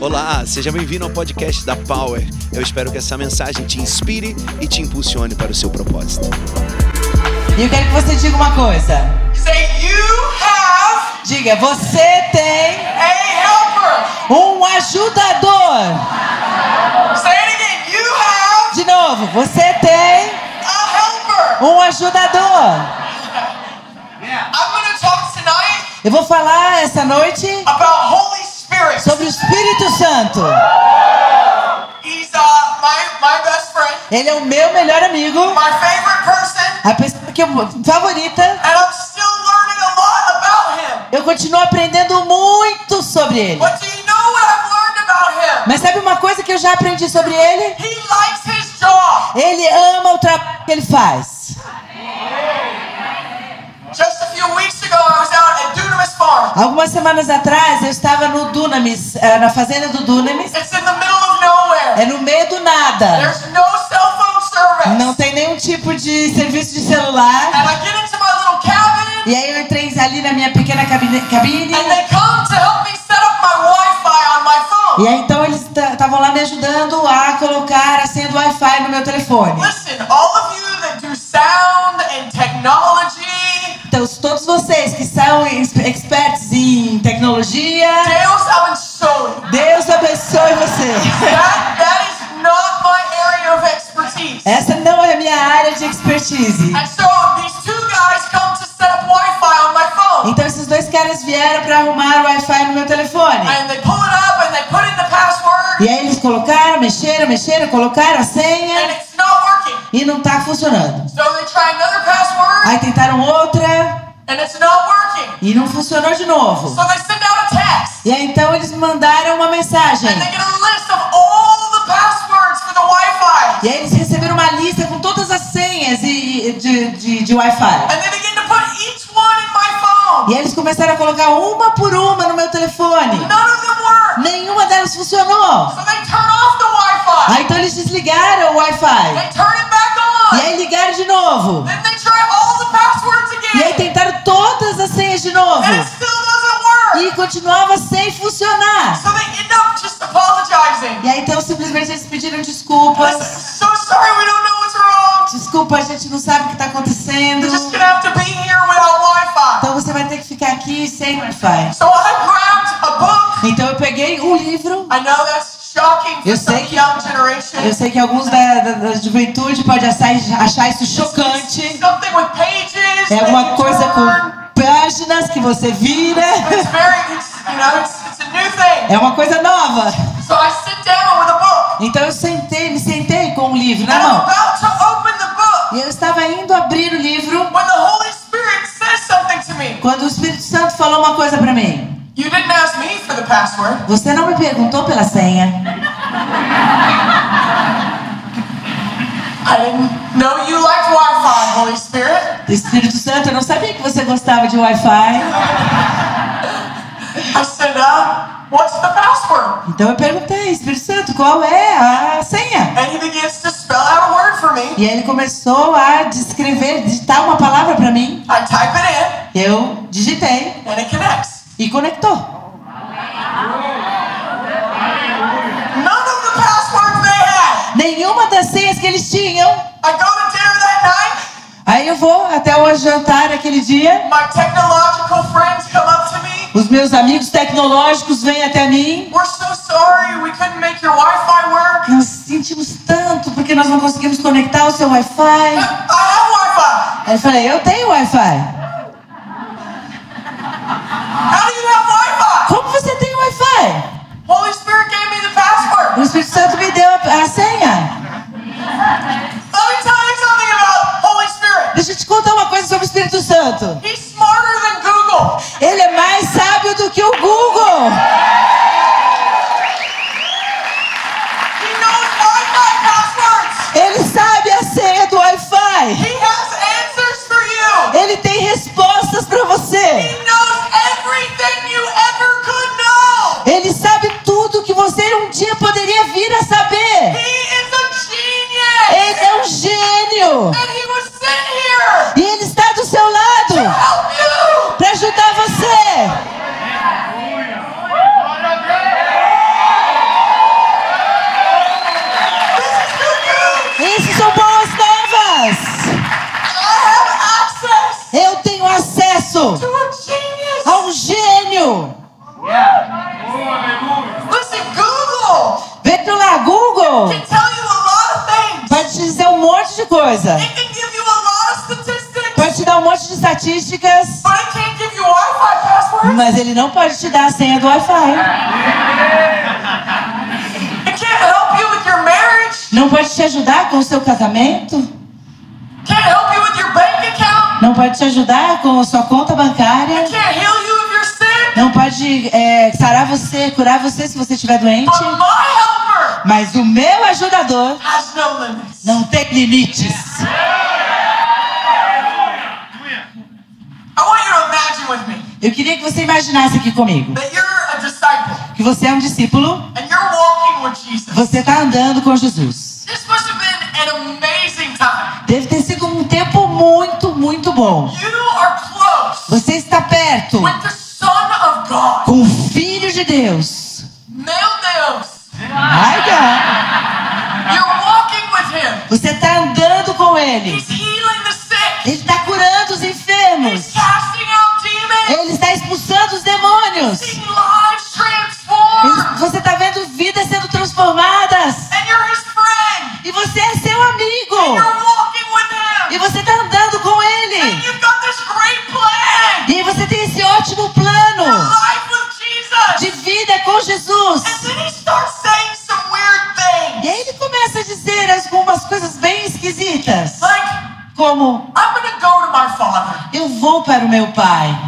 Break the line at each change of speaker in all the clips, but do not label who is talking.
Olá, seja bem-vindo ao podcast da Power. Eu espero que essa mensagem te inspire e te impulsione para o seu propósito.
E eu quero que você diga uma coisa.
Say you have
Diga, você tem
a helper.
um ajudador.
Say it again. You have
De novo, você tem
a helper.
um ajudador.
I'm going to talk tonight
Eu vou falar essa noite
about Holy Spirit.
sobre o Espírito Santo.
He's uh, my my best friend,
Ele é o meu melhor amigo,
my favorite person,
a pessoa que eu, favorita.
and I'm still learning a lot about him.
Eu continuo aprendendo muito sobre ele.
But do you know what I've learned about him?
Mas sabe uma coisa que eu já aprendi sobre ele?
He likes his job.
Ele ama o trabalho que ele faz.
Just a few weeks ago, I was out at Dunamis Farm.
Algumas semanas atrás eu estava no Dunamis, eh, na fazenda do Dunamis.
It's in the middle of nowhere.
É no meio do nada.
There's no cell phone service.
Não tem nenhum tipo de serviço de celular.
And I get into my little cabin.
E aí eu entrei ali na minha pequena cabine. cabine.
And they come to help me set up my Wi-Fi on my phone.
e aí então eles ta- estavam lá me ajudando a colocar a senha do Wi-Fi no meu telefone.
Listen, all of you that do sound and technology,
Então, todos vocês que são ex- experts em tecnologia,
Deus haven't shown.
Deus abençoe você.
That that is not my area of expertise.
Essa não é a minha área de expertise.
And so these two guys come to set up Wi-Fi on my phone.
Então esses dois caras vieram para arrumar o Wi-Fi no meu telefone.
And they pull it up and they put in the password
E aí eles colocaram, mexeram, mexeram, colocaram a
and
senha
it's not working.
e não tá funcionando.
So they try another password
Aí tentaram outra
and it's not working.
e não funcionou de novo.
So they send out a text
E aí então eles mandaram uma mensagem.
and they get a list of all the passwords for the Wi-Fi.
E aí eles receberam uma lista com todas as senhas e, e- de, de, de Wi-Fi.
And they begin to put each one in my phone.
E aí eles começaram a colocar uma por uma no meu telefone.
None of them work.
Nenhuma delas funcionou.
So they turn off the Wi-Fi.
Aí então eles desligaram o Wi-Fi.
They turn it back
E
on.
aí ligaram de novo.
Then they try all the passwords
E aí
again.
tentaram todas as senhas de novo.
And it still doesn't work.
E continuava sem funcionar.
So they end up just apologizing.
E aí então simplesmente eles pediram
Listen,
desculpas.
I'm so sorry we don't know what's wrong.
Desculpa, a gente não sabe o que tá acontecendo.
We're just gonna have to be here without Wi-Fi.
Então você vai ter que ficar aqui sem Wi-Fi.
So I grabbed a book.
Então eu peguei um livro.
I know that's shocking for
Eu
some
sei que-
young
Eu
generation.
sei que alguns da, da, da juventude podem achar, achar isso chocante.
Something with pages.
É
that
uma
you
coisa
turn.
com páginas que você vira.
It's very, it's, you know, it's, it's a new thing.
É uma coisa nova.
So I sit down with a book.
Então eu sentei, me sentei com o livro na
And I'm
mão.
about to open the book
E eu estava indo abrir o livro
when the Holy Spirit says something to me.
quando o Espírito Santo falou uma coisa pra mim.
You didn't ask me for the password.
Você não me perguntou pela senha.
I didn't know you liked Wi Fi, Holy Spirit.
Espírito Santo, eu não sabia que você gostava de Wi-Fi.
I said, uh, what's the password?
Então eu perguntei, Espírito Santo, qual é a senha?
And he begins to spell out a word for me.
E ele começou a descrever, digitar uma palavra pra mim.
I type it
Eu digitei
in and it connects.
e conectou.
None of the passwords they had.
Nenhuma das senhas que eles tinham.
I go to dinner that night.
Aí eu vou até o jantar aquele dia.
My technological friends come up to me.
Os meus amigos tecnológicos vêm até mim.
We're so sorry we couldn't make your Wi Fi work.
Nós sentimos tanto porque nós não conseguimos conectar o seu Wi-Fi.
I have Wi Fi.
Aí eu falei, eu tenho Wi-Fi.
How do you have Wi-Fi?
Como você tem Wi-Fi?
Holy Spirit gave me the
O
password.
Espírito Santo me deu a- a senha.
Let me tell you something about Holy Spirit.
Deixa eu te contar uma coisa sobre o Espírito Santo.
He's smarter than Google.
Ele é mais sábio do que o Google.
He knows Wi-Fi passwords.
Ele sabe a senha do Wi-Fi.
He has answers for you.
Ele tem um é um um um um Mas ele não pode te dar a senha do Wi-Fi.
It can't help you with your marriage.
Não pode te ajudar com o seu casamento.
Can't help you with your bank account.
Não pode te ajudar com a sua conta bancária.
Can't heal you if you're sick.
Não pode é, sarar você, curar você se você estiver doente.
But my helper
Mas o meu ajudador
has no limits.
não tem limites.
I want you to imagine with me
Eu queria que você imaginasse aqui comigo
that you're a disciple
que você é um discípulo,
and you're walking with Jesus.
você está andando com Jesus.
This must have been an amazing time.
Deve ter sido um tempo muito, muito bom.
You are close
Você está perto
with the Son of God.
com o Filho de Deus.
Nail nails.
Ai, cara.
You're walking with him.
Você está andando com Ele.
He's healing the sick.
Ele está curando os
He's
enfermos.
casting out demons.
Ele está expulsando os demônios.
Seeing lives transformed.
Ele- Você está vendo vidas sendo transformadas.
And you're his friend.
E você é seu amigo.
You're walking with him.
E você está andando com
And
Ele.
you've got this great plan.
E você tem esse ótimo
Your
plano
life with Jesus.
de vida com Jesus.
And then he starts saying some weird things.
E aí ele começa a dizer algumas coisas bem esquisitas.
Like,
Como,
I'm going to go to my father.
eu vou para o meu pai.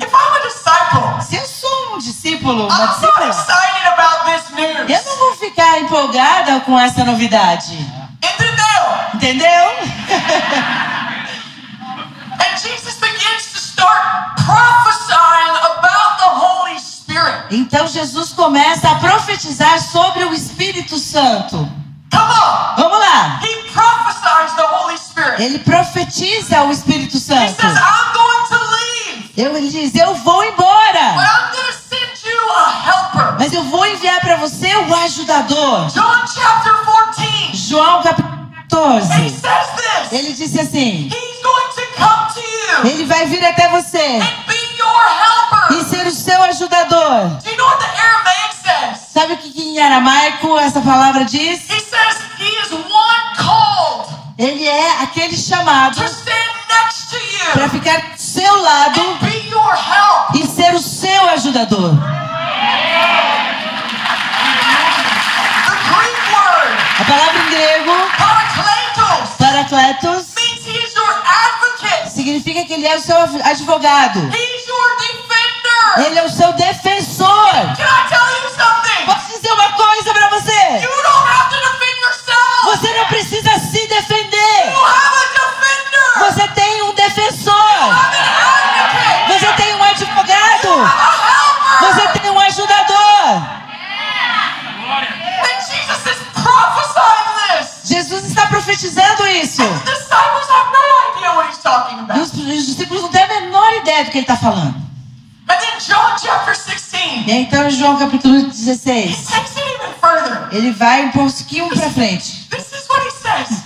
If I'm a disciple,
Se eu sou um discípulo, uma
I'm not
discípula,
excited about this news.
eu não vou ficar empolgada com essa novidade.
Into them.
Entendeu?
And Jesus begins to start prophesying about the Holy Spirit.
Então Jesus começa a profetizar sobre o Espírito Santo.
Come on.
Vamos lá.
He prophesies the Holy Spirit.
Ele profetiza o Espírito
He
Santo.
says, I'm going to leave,
Eu, ele diz: Eu vou
but
embora,
I'm going to send you a helper.
mas eu vou enviar para você o ajudador.
John chapter 14.
João capítulo
He
14.
says this.
Ele disse assim:
He's going to come to you
Ele vai vir até você
and be your helper.
e ser o seu ajudador.
Do you know what the Aramaic says?
Sabe o que que em aramaico essa palavra diz?
He says he is one called
Ele é aquele chamado
to stand next to
para
you
ficar do seu lado
and be your help.
e ser o seu ajudador.
The Greek word,
A palavra em grego,
parakletos,
paracletos,
means he is your advocate.
significa que ele é o seu advogado.
He's your defender.
Ele é o seu defensor.
Can I tell you something?
Posso dizer uma coisa pra
You
você?
don't have to defend yourself.
Você não precisa se
You
defender.
have a defender.
Você tem um defensor.
I'm an advocate.
Você tem um advogado.
I'm a helper.
Você tem um ajudador.
And Jesus is prophesying this.
Jesus está profetizando isso.
The disciples have no idea what he's talking
E
about.
os, os discípulos não têm a menor ideia do que ele está falando.
And then John chapter
E
16,
aí, então, em João capítulo
he
16,
takes it even further.
ele vai um pouquinho pra frente.
This is what he says.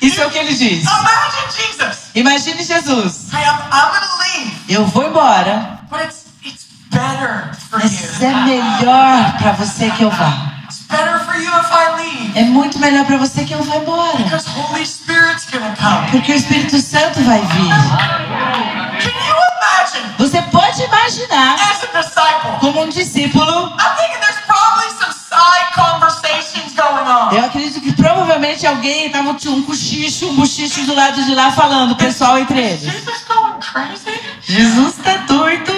Isso é o que ele diz.
Imagine Jesus.
Imagine Jesus.
Hey, I'm, I'm going to leave,
Eu vou embora,
but it's, it's better for
mas
you.
é melhor pra você que eu vá.
It's better for you if I leave.
É muito melhor pra você que eu vá embora.
Because Holy Spirit's gonna come.
Porque o Espírito Santo vai vir.
Can you imagine
Você pode imaginar,
as a disciple?
como um discípulo,
I'm thinking there's probably some side conversations going on.
eu acredito que provavelmente alguém tava tinha um cochicho, um cochicho do lado de lá falando, o pessoal entre
Is
eles.
Jesus going crazy?
Jesus tá doido.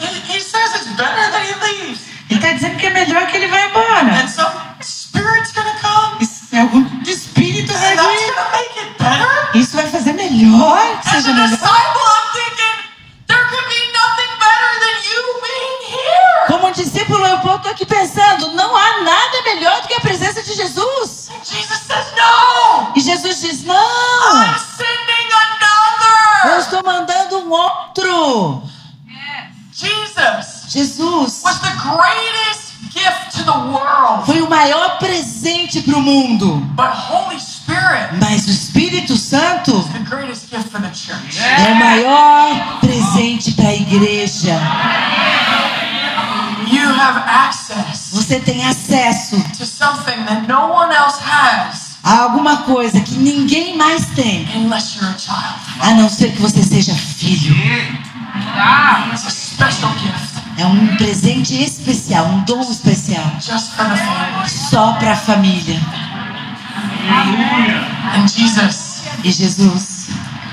He, he says it's better that he leaves.
Ele tá dizendo que é melhor que ele vá embora.
And so Spirit's gonna come.
Isso é algum espírito vai
And that's
vir.
gonna make it better.
Isso vai fazer melhor que
As
seja
a
melhor.
disciple, I'm thinking there could be nothing better than you being here.
Como discípulo, eu estou aqui pensando, não há nada melhor do que a presença de Jesus.
And Jesus says, No!
E Jesus diz,
I'm
não,
sending
eu
another!
estou mandando um outro.
Jesus!
Jesus
was the greatest gift to the world.
foi o maior presente para o mundo.
But Holy Spirit
Mas o Espírito Santo
is the greatest gift for the church.
é o maior presente para a igreja.
You have access
Você tem acesso
to something that no one else has
a alguma coisa que ninguém mais tem,
unless you're a child.
a não ser que você seja filho.
Ah,
um presente especial, um dom especial.
just for the family.
Só para a família.
And Jesus
E Jesus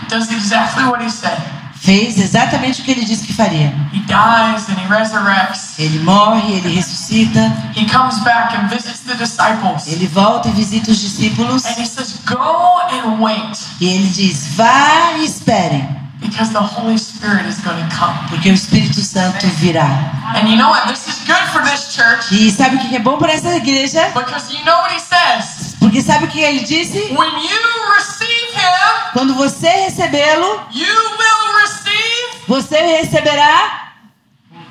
does exactly what he said.
fez exatamente o que ele disse que faria.
He dies and he resurrects.
Ele morre, ele ressuscita,
He comes back and visits the disciples.
ele volta e visita os discípulos
And he says, Go and wait
e ele diz: Vá e esperem,
because the Holy Spirit is going to come.
porque o Espírito Santo virá.
And you know what? This is good for this church
E sabe o que é bom para essa igreja?
because you know what he says.
Porque sabe o que ele disse?
When you receive him,
Quando você recebê-lo,
you will receive
você receberá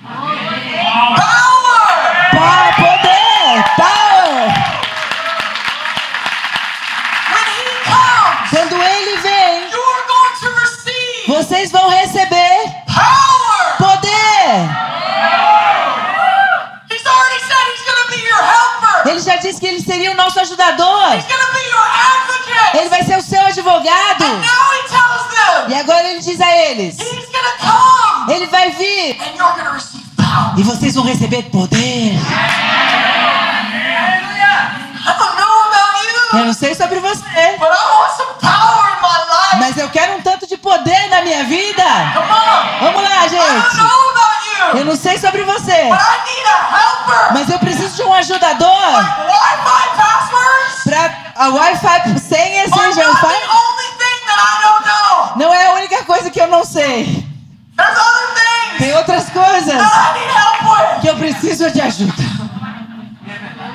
power.
pa- poder, power.
When he comes,
Quando ele vem,
you are going to receive
vocês vão receber
power.
poder.
He's already said he's going to be your helper.
Ele já disse que ele seria o nosso ajudador.
He's going to be your advocate.
Ele vai ser o seu advogado.
And now he tells
E
them
agora ele diz a eles:
he's going to come
Ele vai vir
and you're going to receive power.
e vocês vão receber poder.
I don't know about you,
Eu não sei sobre você,
but I want some power in my life.
mas eu quero um tanto de poder na minha vida.
Come on.
Vamos lá,
I don't
gente.
know about you,
Eu não sei sobre você,
but I need a helper.
mas eu preciso de um ajudador
Wi-Fi passwords
pra a Wi-Fi senha
are
seja
not
Wi-Fi.
the only thing that I don't know.
Não é a única coisa que eu não sei.
There's other things
Tem outras coisas
that I need help with.
que eu preciso de ajuda.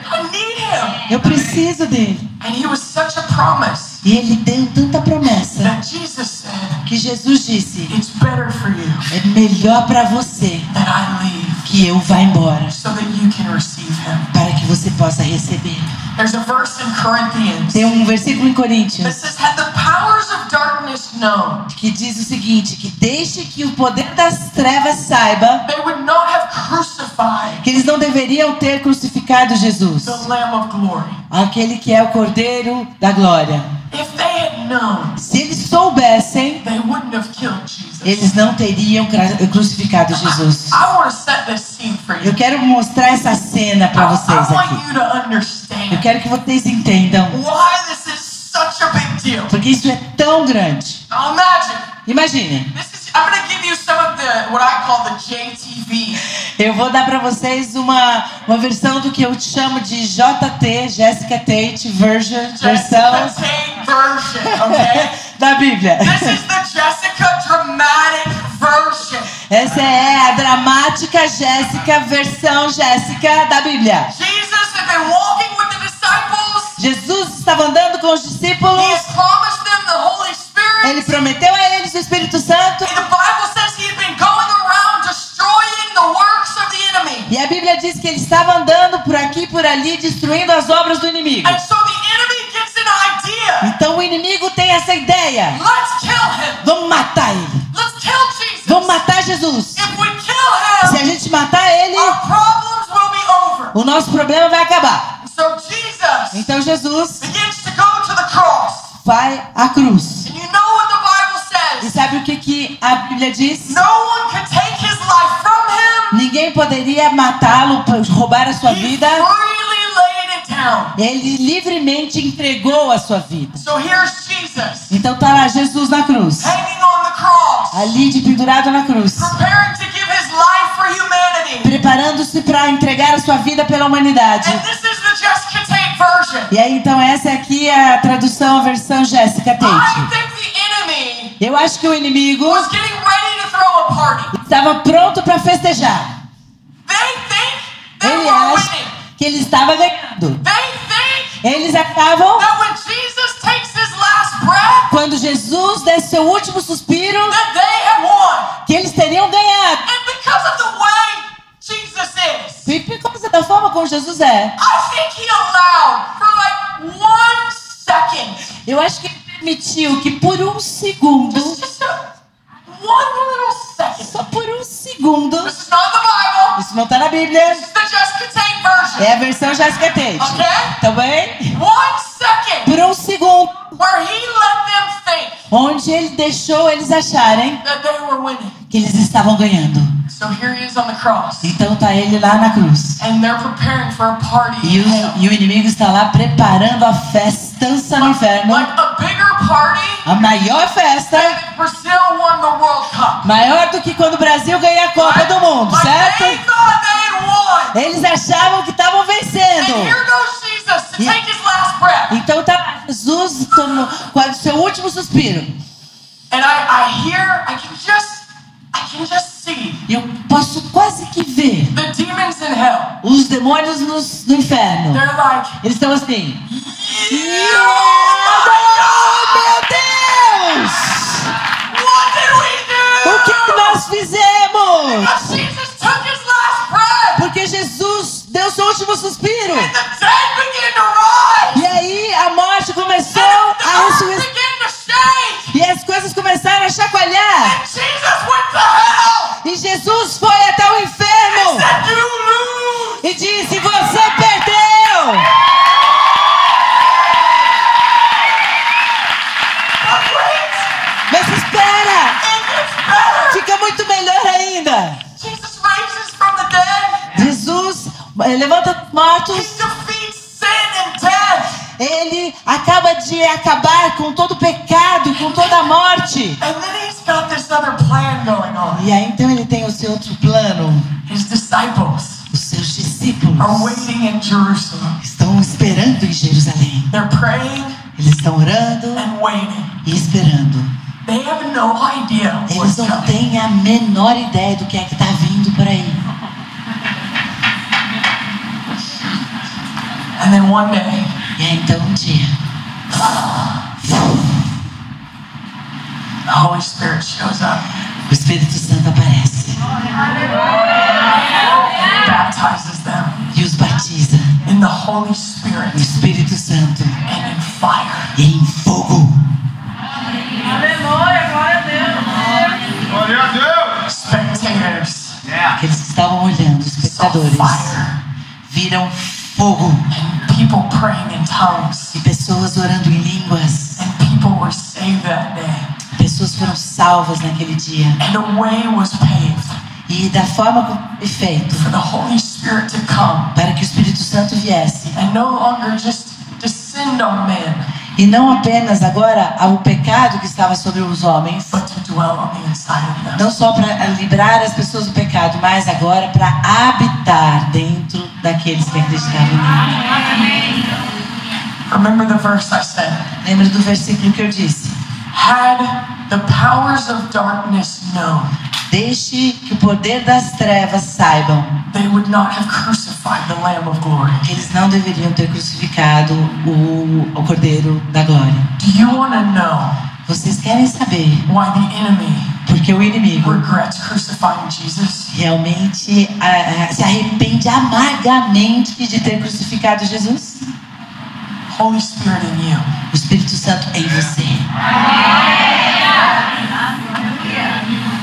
I need him.
Eu preciso dele.
And he was such a promise
E ele deu tanta promessa
that Jesus said,
que Jesus disse:
It's better for you
é melhor pra você
that I leave
que eu vá embora.
so that you can receive him.
para que você possa receber.
There's a verse in Corinthians
Tem um versículo em
that
Coríntios
says, Had the powers of darkness known,
que diz o seguinte: que deixe que o poder das trevas saiba
they would not have crucified
que eles não deveriam ter crucificado Jesus,
the Lamb of glory.
aquele que é o Cordeiro da Glória.
If they had known,
Se eles soubessem,
they wouldn't have killed Jesus.
eles não teriam cra- crucificado Jesus.
I want to set this scene for you.
Eu quero mostrar essa cena para vocês
I want
aqui.
you to
Eu
understand
quero que vocês entendam,
why this is such a big deal.
porque isso é tão grande.
Now imagine,
Imaginem,
this is I'm gonna give you some of the what I call the JTV.
eu vou dar para vocês uma, uma versão do que eu chamo de JT, Jessica Tate version,
Jessica
versão
Tate version, okay?
da Bíblia.
this is the Jessica dramatic version.
Essa é a dramática Jéssica, versão Jéssica da Bíblia.
Jesus had been walking with the disciples.
Jesus estava andando com os
He
discípulos,
has promised them the Holy
ele
Spirit.
prometeu a eles o Espírito Santo,
The Bible says he had been going around destroying the works of the enemy.
e a Bíblia diz que ele estava andando por aqui e por ali, destruindo as obras do inimigo.
And so the enemy gets an idea.
Então o inimigo tem essa ideia:
Let's kill him.
vamos matar ele,
Let's kill Jesus.
vamos matar Jesus.
If we kill
Se
him,
a gente matar ele,
our problems will be over.
o nosso problema vai acabar.
And so Jesus
Então Jesus
begins to go to the cross.
vai à cruz.
And you know what the Bible
E
says?
sabe o que, que a Bíblia diz?
No one could take his life from him.
Ninguém poderia matá-lo, roubar a sua
He
vida.
freely laid it down.
Ele livremente entregou a sua vida.
So here's Jesus
Então tá lá Jesus na cruz,
hanging on the cross,
ali de pendurado na cruz,
preparing to give his life for humanity.
preparando-se para entregar a sua vida pela humanidade.
And this is the Jessica Tate version.
E aí então essa aqui é a tradução, a versão Jéssica
I
Tate.
think the enemy
Eu acho que o inimigo
was getting ready to throw a party.
estava pronto para festejar.
They think they
Ele
were winning.
acha que ele estava ganhando.
They think
Eles acabam
that when Jesus takes his last breath,
quando Jesus desse seu último suspiro
that they have won.
que eles teriam ganhado.
And because of the way Jesus is,
E por causa da forma como Jesus é,
I think he allowed for like one second,
eu acho que ele permitiu que por um segundo,
just, just a, one little second.
só por um segundo,
This is not the Bible.
isso não tá na Bíblia,
This is the Jessica Tate version.
é a versão Jessica Tate,
Okay?
tá bem?
One second
Por um segundo,
where he let them think
onde ele deixou eles acharem
that they were winning.
que eles estavam ganhando.
So here he is on the cross.
Então tá ele lá na cruz.
And they're preparing for a party.
E
in hell.
o, e o inimigo está lá preparando a festança no inferno.
Like a bigger party
A maior festa,
than if Brazil won the World Cup.
maior do que quando o Brasil ganha a Copa do Mundo,
Like they
certo?
thought they had won.
Eles achavam que estavam
And
vencendo.
here goes Jesus to
Yeah.
take his last breath.
Então tá Jesus tomou com o seu último suspiro.
And I, I hear, I can just, I can just see
E eu posso quase que ver
the demons in hell.
os demônios nos- no inferno.
They're like,
Eles estão assim.
yeah,
Oh, Meu Deus!
what did we do?
O que que nós
But
fizemos?
Jesus took his last breath.
Porque Jesus deu seu último suspiro.
The dead began to rise.
E aí a morte começou
And the
a
earth
ressurreição.
began to shake.
E as coisas começaram a chacoalhar.
And Jesus went to hell.
E Jesus foi até o
He
inferno
said, you lose.
e disse: Você perdeu!
But wait,
Mas espera!
it gets better.
Fica muito melhor ainda.
Jesus raises from the dead.
Jesus eh, levanta os
He
mortos.
defeats sin and death.
Ele acaba de acabar com todo o pecado e com toda a morte.
And then he's got this other plan going on.
E aí então ele tem o seu outro plano.
His disciples
Os seus
are
discípulos
waiting in Jerusalem.
estão esperando em Jerusalém.
They're praying
Eles estão orando
and waiting.
e esperando.
They have no idea
Eles
what's
não
coming.
têm a menor ideia do que é que tá vindo por aí.
And then one day,
E aí então um dia,
the Holy Spirit shows up,
o Espírito Santo aparece
baptizes them
e os batiza
in the Holy
no
Spirit
Espírito Santo
and in fire.
e em fogo.
Glória a Deus!
Spectators
Aqueles que estavam olhando, os
saw
espectadores,
fire
viram fogo
and people praying in tongues.
e pessoas orando em línguas.
And people were saved that day.
Pessoas foram salvas naquele dia.
And a way was paved
E da forma como foi feito,
for the Holy Spirit to come
para que o Espírito Santo viesse.
and no longer just descend on men,
E não apenas agora o pecado que estava sobre os homens,
but to dwell on the inside of them.
não só para livrar as pessoas do pecado, mas agora para habitar dentro daqueles que acreditavam nele.
Remember the verse I said
Lembra do versículo que eu disse?
Had the powers of darkness known,
Deixe que o poder das trevas saibam
they would not have crucified the Lamb of Glory.
que eles não deveriam ter crucificado o, o Cordeiro da Glória.
Do you want to know
Vocês querem saber
why the enemy
porque o inimigo
regrets crucifying Jesus?
realmente ah, ah, se arrepende amargamente de ter crucificado Jesus?
Holy Spirit in you.
O Espírito Santo é em você.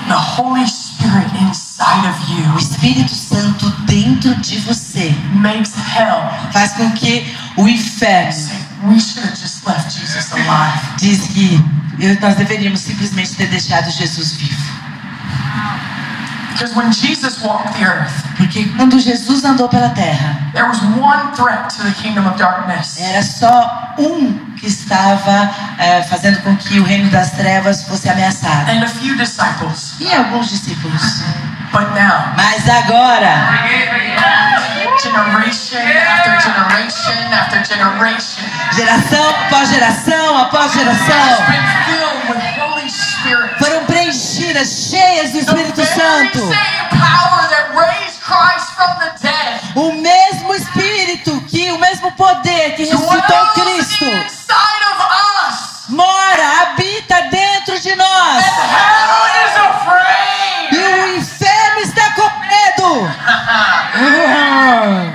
The Holy Spirit inside of
O
you
Espírito Santo dentro de você
makes hell.
faz com que o inferno
Say, We should have just left Jesus alive.
diz que eu- nós deveríamos simplesmente ter deixado Jesus vivo.
Because when Jesus walked the earth,
Porque quando Jesus andou pela terra,
there was one threat to the kingdom of darkness.
Era só um que estava eh, fazendo com que o reino das trevas fosse ameaçado.
And a few disciples.
E alguns discípulos.
But now,
Mas agora,
generation after generation after generation
geração após geração após
has
geração,
been filled with Holy Spirit.
foram preenchidas, cheias do Espírito Santo.
The very same power that raised Christ from the dead
O mesmo Espírito que, o mesmo poder que ressuscitou
dwells
Cristo,
inside of us.
mora, habita dentro de nós.
And hell is afraid.
E o inferno está com medo.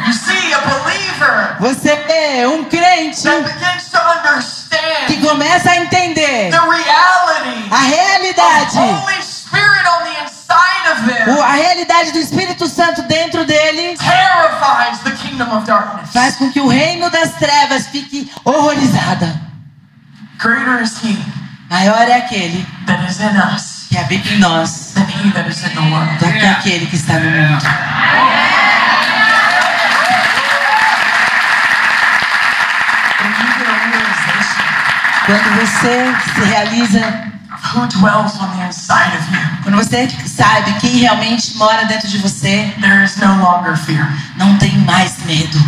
You see, a believer
Você é um crente
that begins to
que
understand
começa a entender
the reality
a
of
realidade,
Holy Spirit on the inside of
o-
them
a realidade do Espírito Santo dentro dele,
terrifies the kingdom of darkness.
faz com que o reino das trevas fique horrorizada.
Greater is He
Maior é aquele
that is in us
que habita em nós
than He
he that is in the world, até aquele que está no mundo.
When you get a realization
Quando você se realiza,
of who dwells on the inside of you,
quando você sabe quem realmente mora dentro de você,
there is no longer fear.
não tem mais medo.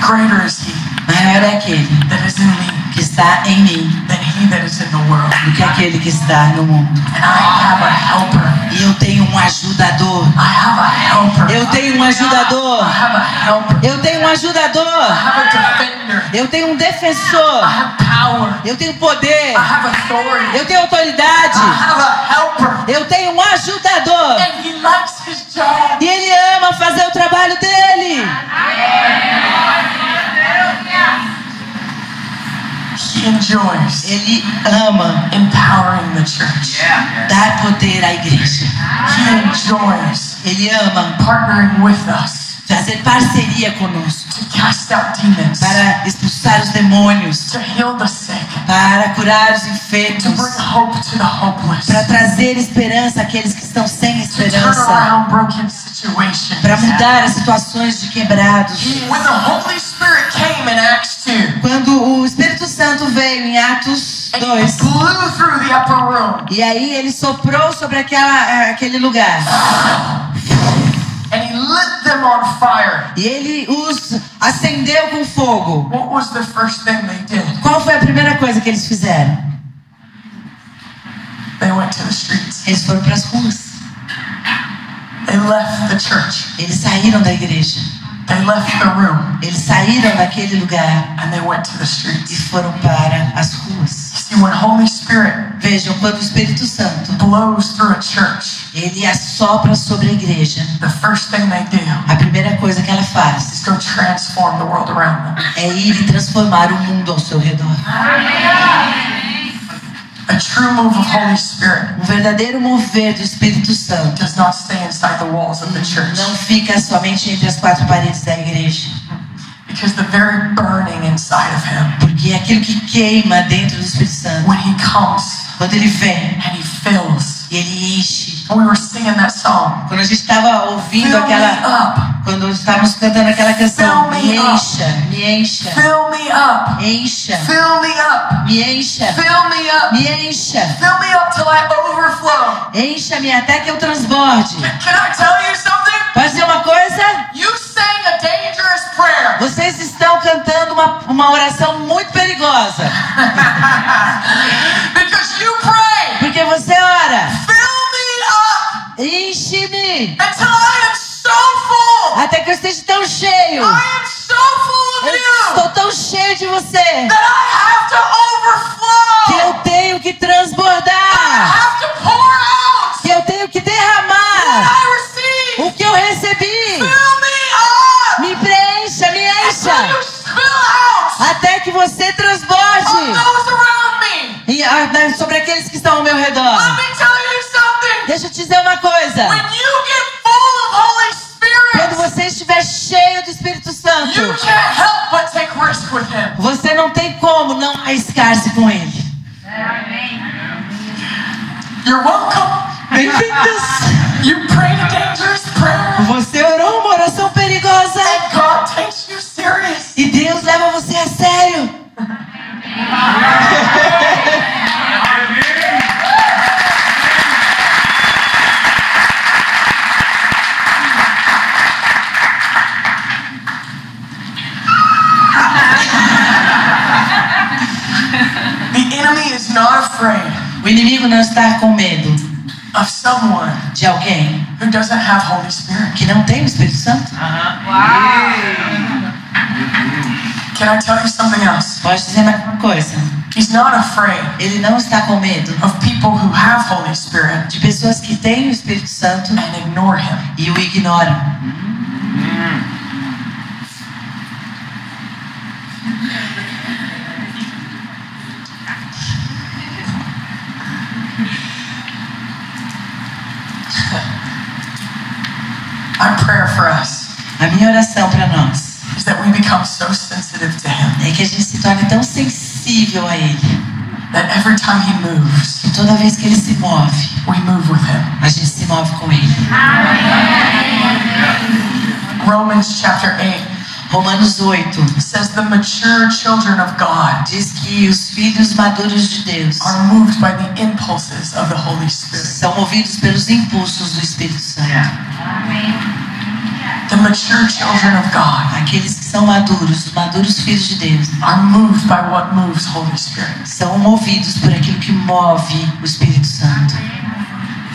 Greater is he
Maior é aquele
that is in me
que está em mim
than he that is in the world.
do que aquele que está no mundo.
And I have a helper.
E eu tenho um ajudador.
I have a helper.
Eu tenho um
I
ajudador.
have a helper.
Eu tenho um
I
ajudador.
have a defender.
Eu tenho um
I
defensor.
have power.
Eu tenho poder.
I have authority.
Eu tenho autoridade.
I have a helper.
Eu tenho um ajudador.
And he likes his job.
E ele ama fazer o trabalho dele.
He enjoys
Ele ama
empowering the church.
dar poder à igreja.
He enjoys
Ele ama
partnering with us
fazer parceria conosco
to cast out demons,
para expulsar os demônios,
to heal the sick,
para curar os
to bring
enfermos,
hope to the hopeless,
para trazer esperança àqueles que estão sem
to turn
esperança,
around broken situations.
para mudar as situações de quebrados.
When the Holy Spirit came in Acts 2 and
Quando o Espírito Santo veio em Atos
he
2,
blew through the upper room
e aí ele soprou sobre aquela, eh, aquele lugar,
and he lit them on fire,
e ele os acendeu com fogo.
what was the first thing they did?
Qual foi a primeira coisa que eles fizeram?
They went to the streets.
Eles foram para as ruas.
They left the church.
Eles saíram da igreja.
They left the room
Eles saíram daquele lugar
and they went to the
e
streets.
foram para as ruas.
See, when Holy Spirit
Vejam, quando o Espírito Santo
blows through a church,
ele assopra sobre a igreja,
the first thing they do
a primeira coisa que ela faz
is go transform the world around them.
é ir e transformar o mundo ao seu redor.
A true move of Holy Spirit
Um verdadeiro mover do Espírito Santo
does not stay inside the walls of the church
não fica somente entre as quatro paredes da igreja,
because the very burning inside of him,
porque é aquilo que queima dentro do Espírito Santo,
when he comes
quando ele vem,
and he fills.
ele enche.
When we were singing that song,
Quando a gente estava ouvindo
fill me
aquela
up,
Quando estávamos cantando aquela canção, me encha, me encha,
fill me up,
encha,
fill me up,
me encha,
fill me up,
me encha,
fill me up till I overflow.
encha-me até que eu transborde.
Can I tell you something?
Pode dizer uma coisa?
You sang a dangerous prayer.
Vocês estão cantando uma, uma oração muito perigosa.
Because you pray,
Porque você ora,
fill me up
enche-me
until I am so full.
até que eu esteja tão cheio.
I am so full of
Eu
you
estou tão cheio de você
that I have to
que eu
overflow.
tenho que
I
transbordar,
have to pour out
que eu tenho que
what
derramar
I receive.
o que eu recebi.
Fill me up
Me preencha, me
until
encha.
you spill out
até que você
on
transborde
those around me.
e, ah, né, sobre aqueles que estão ao meu
Let
redor.
me tell you something.
Deixa eu te dizer uma
When
coisa.
you get full of Holy
Quando
Spirit,
você estiver cheio do Espírito Santo,
you can't help but take risk with Him.
você não tem como não arriscar-se com ele.
You're welcome.
Bem-vindos!
You prayed a dangerous prayer,
Você orou uma oração perigosa
and God takes you serious.
e Deus leva você a sério.
The enemy is not afraid
O inimigo não está com medo
of someone
de alguém
who doesn't have Holy Spirit.
que não tem o Espírito Santo. Ah,
Can I tell you something else?
Posso dizer mais uma coisa?
He's not afraid
Ele não está com medo
of people who have Holy Spirit
de pessoas que têm o Espírito Santo
and ignore Him.
e o ignoram.
My prayer for us
A minha oração para nós
is that we become so sensitive to Him
é que a gente se torne tão sensível a Ele
that every time he moves,
E toda vez que ele se move,
we move with him.
a gente se move com ele.
Romans chapter 8
Romanos 8
says the mature children of God
diz que os filhos maduros de Deus
are moved by the impulses of the Holy Spirit.
são movidos pelos impulsos do Espírito Santo.
The mature children of God
Aqueles que são maduros, os maduros filhos de Deus,
are moved by what moves Holy Spirit.
são movidos por aquilo que move o Espírito Santo.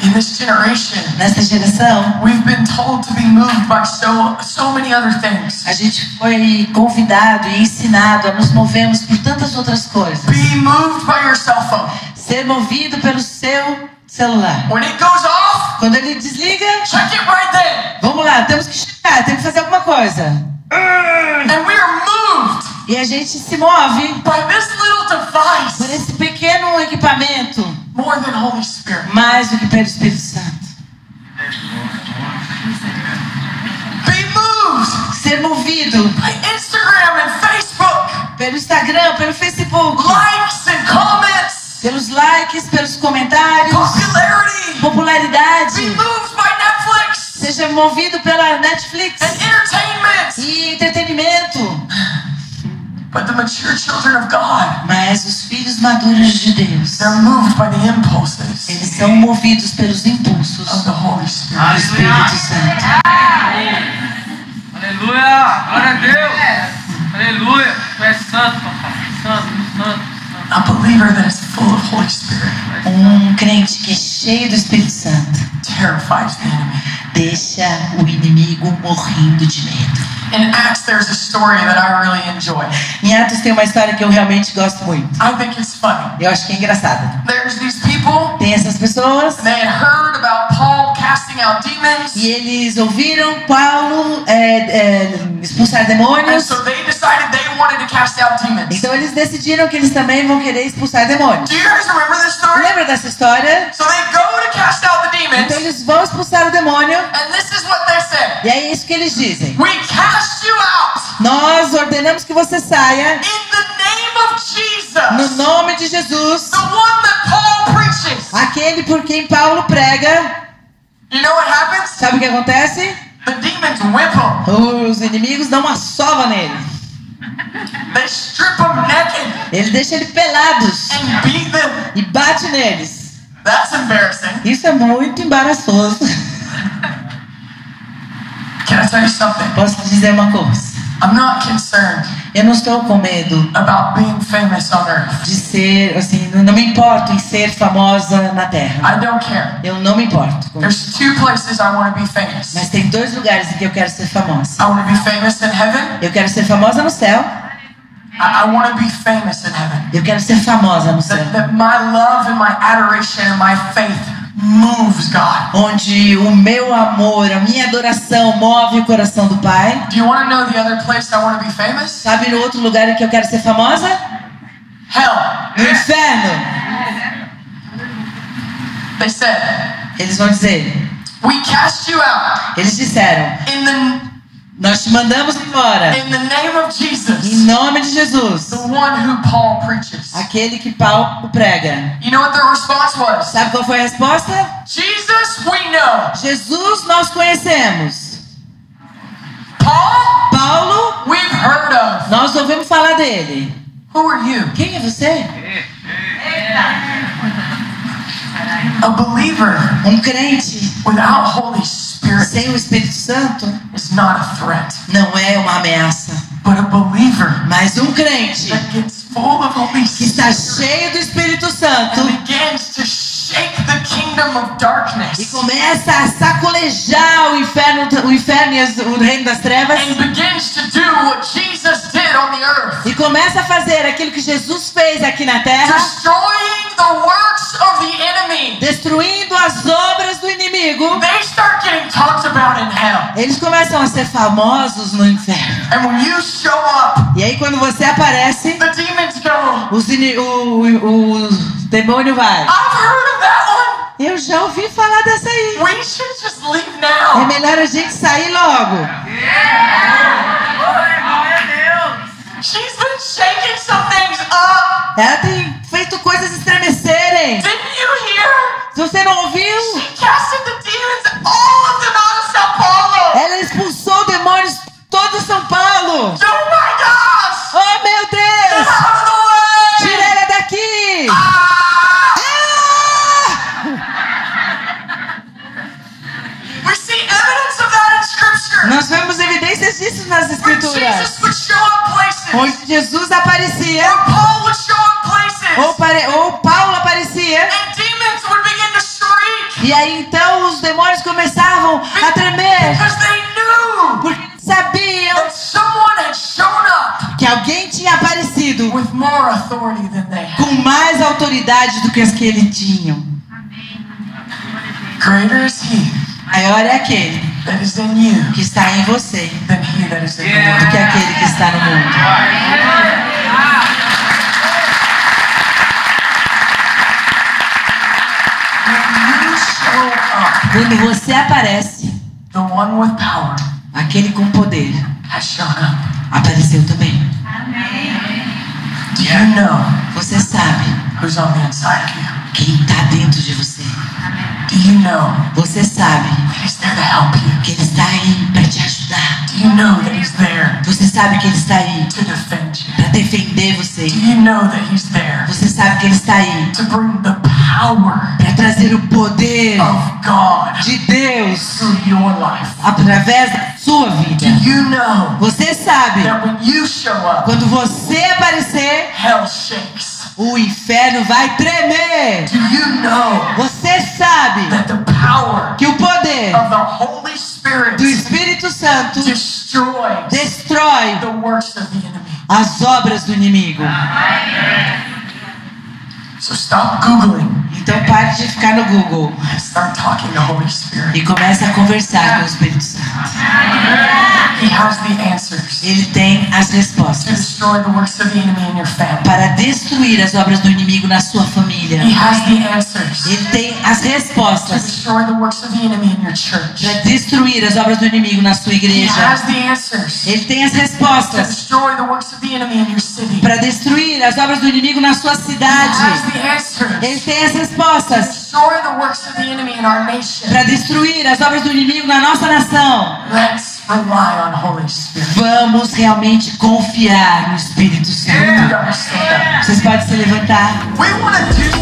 In this generation,
Nessa geração,
we've been told to be moved by so so many other things.
a gente foi convidado e ensinado a nos movermos por tantas outras coisas.
Be moved by your cell phone.
Ser movido pelo seu celular.
When it goes off,
Quando ele desliga,
check it right then.
vamos lá, temos que chegar, temos que fazer alguma coisa.
And we are moved
E a gente se move
by this little
por
device
esse pequeno equipamento,
more than Holy Spirit.
mais do que pelo Espírito Santo.
Be moved
Ser movido
by Instagram and Facebook,
pelo Instagram, pelo Facebook,
likes and comments,
pelos likes, pelos comentários,
popularity.
popularidade.
Be moved by Netflix
Seja movido pela Netflix
and entertainment.
e entretenimento.
But the mature children of God,
Mas os filhos maduros de Deus,
they're moved by the impulses
eles são movidos pelos impulsos
of the Holy Spirit.
do Espírito Santo.
Aleluia! Glória a Deus! Aleluia! Tu és santo, papai! Santo, santo, santo!
A believer that is full of Holy Spirit
Um crente que é cheio do Espírito Santo
terrifies the enemy.
deixa o inimigo morrendo de medo.
In Acts, there's a story that I really enjoy.
Em Atos tem uma história que eu realmente gosto muito.
I think it's funny.
Eu acho que é engraçada.
There's these people,
Tem essas pessoas
they had heard about Paul casting out demons,
e eles ouviram Paulo é, é, expulsar
and
demônios.
so they decided they wanted to cast out demons.
Então eles decidiram que eles também vão querer expulsar demônios.
Do you guys remember this story?
Lembra dessa história?
So they go to cast out the
Então
demons,
eles vão expulsar o demônio
and this is what they said
e é isso que eles dizem.
We cast you out
Nós ordenamos que você saia
in the name of
no
Jesus,
nome de Jesus,
the one that Paul preaches.
aquele por quem Paulo prega.
You know what happens?
Sabe o que acontece?
The demons whip them,
Os inimigos dão uma sova nele.
they strip them naked,
Ele deixa ele pelados
and beat them.
e bate neles.
That's embarrassing.
Isso é muito embaraçoso.
Can I tell you something?
Posso te dizer uma coisa?
I'm not concerned
Eu não estou com medo
about being famous on earth.
de ser, assim, não me importo em ser famosa na Terra.
I don't care.
Eu não me importo. com isso.
There's two places I want to be famous.
Mas tem dois lugares em que eu quero ser famosa.
I want to be famous in heaven.
Eu quero ser famosa no céu.
I, I want to be famous in heaven.
Eu quero ser famosa no céu.
That, that my love and my adoration and my faith moves God.
Onde o meu amor, a minha adoração move o coração do Pai.
Do you want to know the other place I want to be famous?
Sabe no outro lugar em que eu quero ser famosa?
Hell.
No inferno.
They said,
Eles vão dizer.
We cast you out
Eles disseram:
in the
Nós te mandamos embora.
in the name of
Em
Jesus,
nome de Jesus.
the one who Paul preaches.
Aquele que Paulo prega.
You know what their response was?
Sabe qual foi a resposta?
Jesus, we know.
Jesus nós conhecemos.
Paul,
Paulo,
We've heard of.
nós ouvimos falar dele.
Who are you?
Quem é você?
A believer
Um crente
without Holy Spirit
sem o Espírito Santo
is not a threat,
não é uma ameaça.
but a believer
Mas um crente
that gets full of Holy
que está
Spirit
cheio do Espírito Santo
and begins to shake the kingdom of
e
darkness
começa a sacolejar o inferno, o inferno e as- o reino das trevas
and begins to do what Jesus did on the earth,
e começa a fazer aquilo que Jesus fez aqui na terra,
destroying the works of the enemy.
destruindo as obras do inimigo.
They start getting talked about in hell.
Eles começam a ser famosos no inferno.
And when you show up,
E aí quando você aparece,
the demons go,
os ini- o, o- o demônio vai.
I've heard of that
Eu já ouvi falar dessa aí.
one. We should just leave
É
now.
melhor a gente sair logo.
Glória a Deus!
She's been shaking some things up.
Ela tem feito coisas estremecerem.
Didn't you hear?
Se você não ouviu,
She casted the demons, all of them out of Sao Paulo.
ela expulsou demônios todo São Paulo.
Oh my gosh!
Oh, meu
Get
Deus!
out of the way!
Tira ela daqui! Ah!
We see evidence of that in scripture.
Nós vemos evidências disso nas
Where Jesus
escrituras.
would show up places.
Onde Jesus aparecia,
Where Paul would show up places.
ou, pare... ou Paulo aparecia,
And demons would begin to shriek.
e aí então os demônios começavam a tremer,
Because they knew
porque eles sabiam
that someone had shown up
que alguém tinha aparecido
with more authority than they had.
com mais autoridade do que as que ele tinha.
Greater is he
Maior é aquele
that is in you
que está em você
than he that is in the
Yeah.
world.
do que aquele que está no mundo.
When you show up,
Quando você aparece,
the one with power
aquele com poder
has shown up.
apareceu também.
Do you know
Você sabe
who's on the inside of you?
quem está dentro de você.
Do you know
Você sabe
that he's there to help you?
que ele está aí para te ajudar.
Do you know that he's there
Você sabe que ele está aí
to defend you?
para defender você.
Do you know that he's there
Você sabe que ele está aí
to bring the power
para trazer o poder
of God
de Deus
through your life?
através da sua vida.
Do you know
Você sabe
that when you show up,
Quando você aparecer,
hell shakes?
o inferno vai tremer.
Do you know
Você sabe
that the power
que o poder
of the Holy Spirit
do Espírito Santo
destroys
destrói
the works of the enemy?
as obras do inimigo.
So stop Googling
Então pare de ficar no Google
and start talking to Holy Spirit.
e comece a conversar com o Espírito Santo.
He has the answers
Ele tem as
to
respostas
destroy the works of the enemy in your family.
para destruir as obras do inimigo na sua família.
He has the answers
Ele tem as
to
respostas
destroy the works of the enemy in your church.
para destruir as obras do inimigo na sua
He has
igreja.
the answers
Ele tem as
to
respostas
destroy the works of the enemy in your city. He
para destruir as obras do inimigo na sua cidade.
has the answers
Ele tem as
to
respostas
destroy the works of the enemy in our nation.
para destruir as obras do inimigo na nossa nação.
Let's rely on Holy Spirit.
Vamos realmente confiar no Espírito
You
Santo.
gotta stand up.
Vocês podem se levantar.
We want to do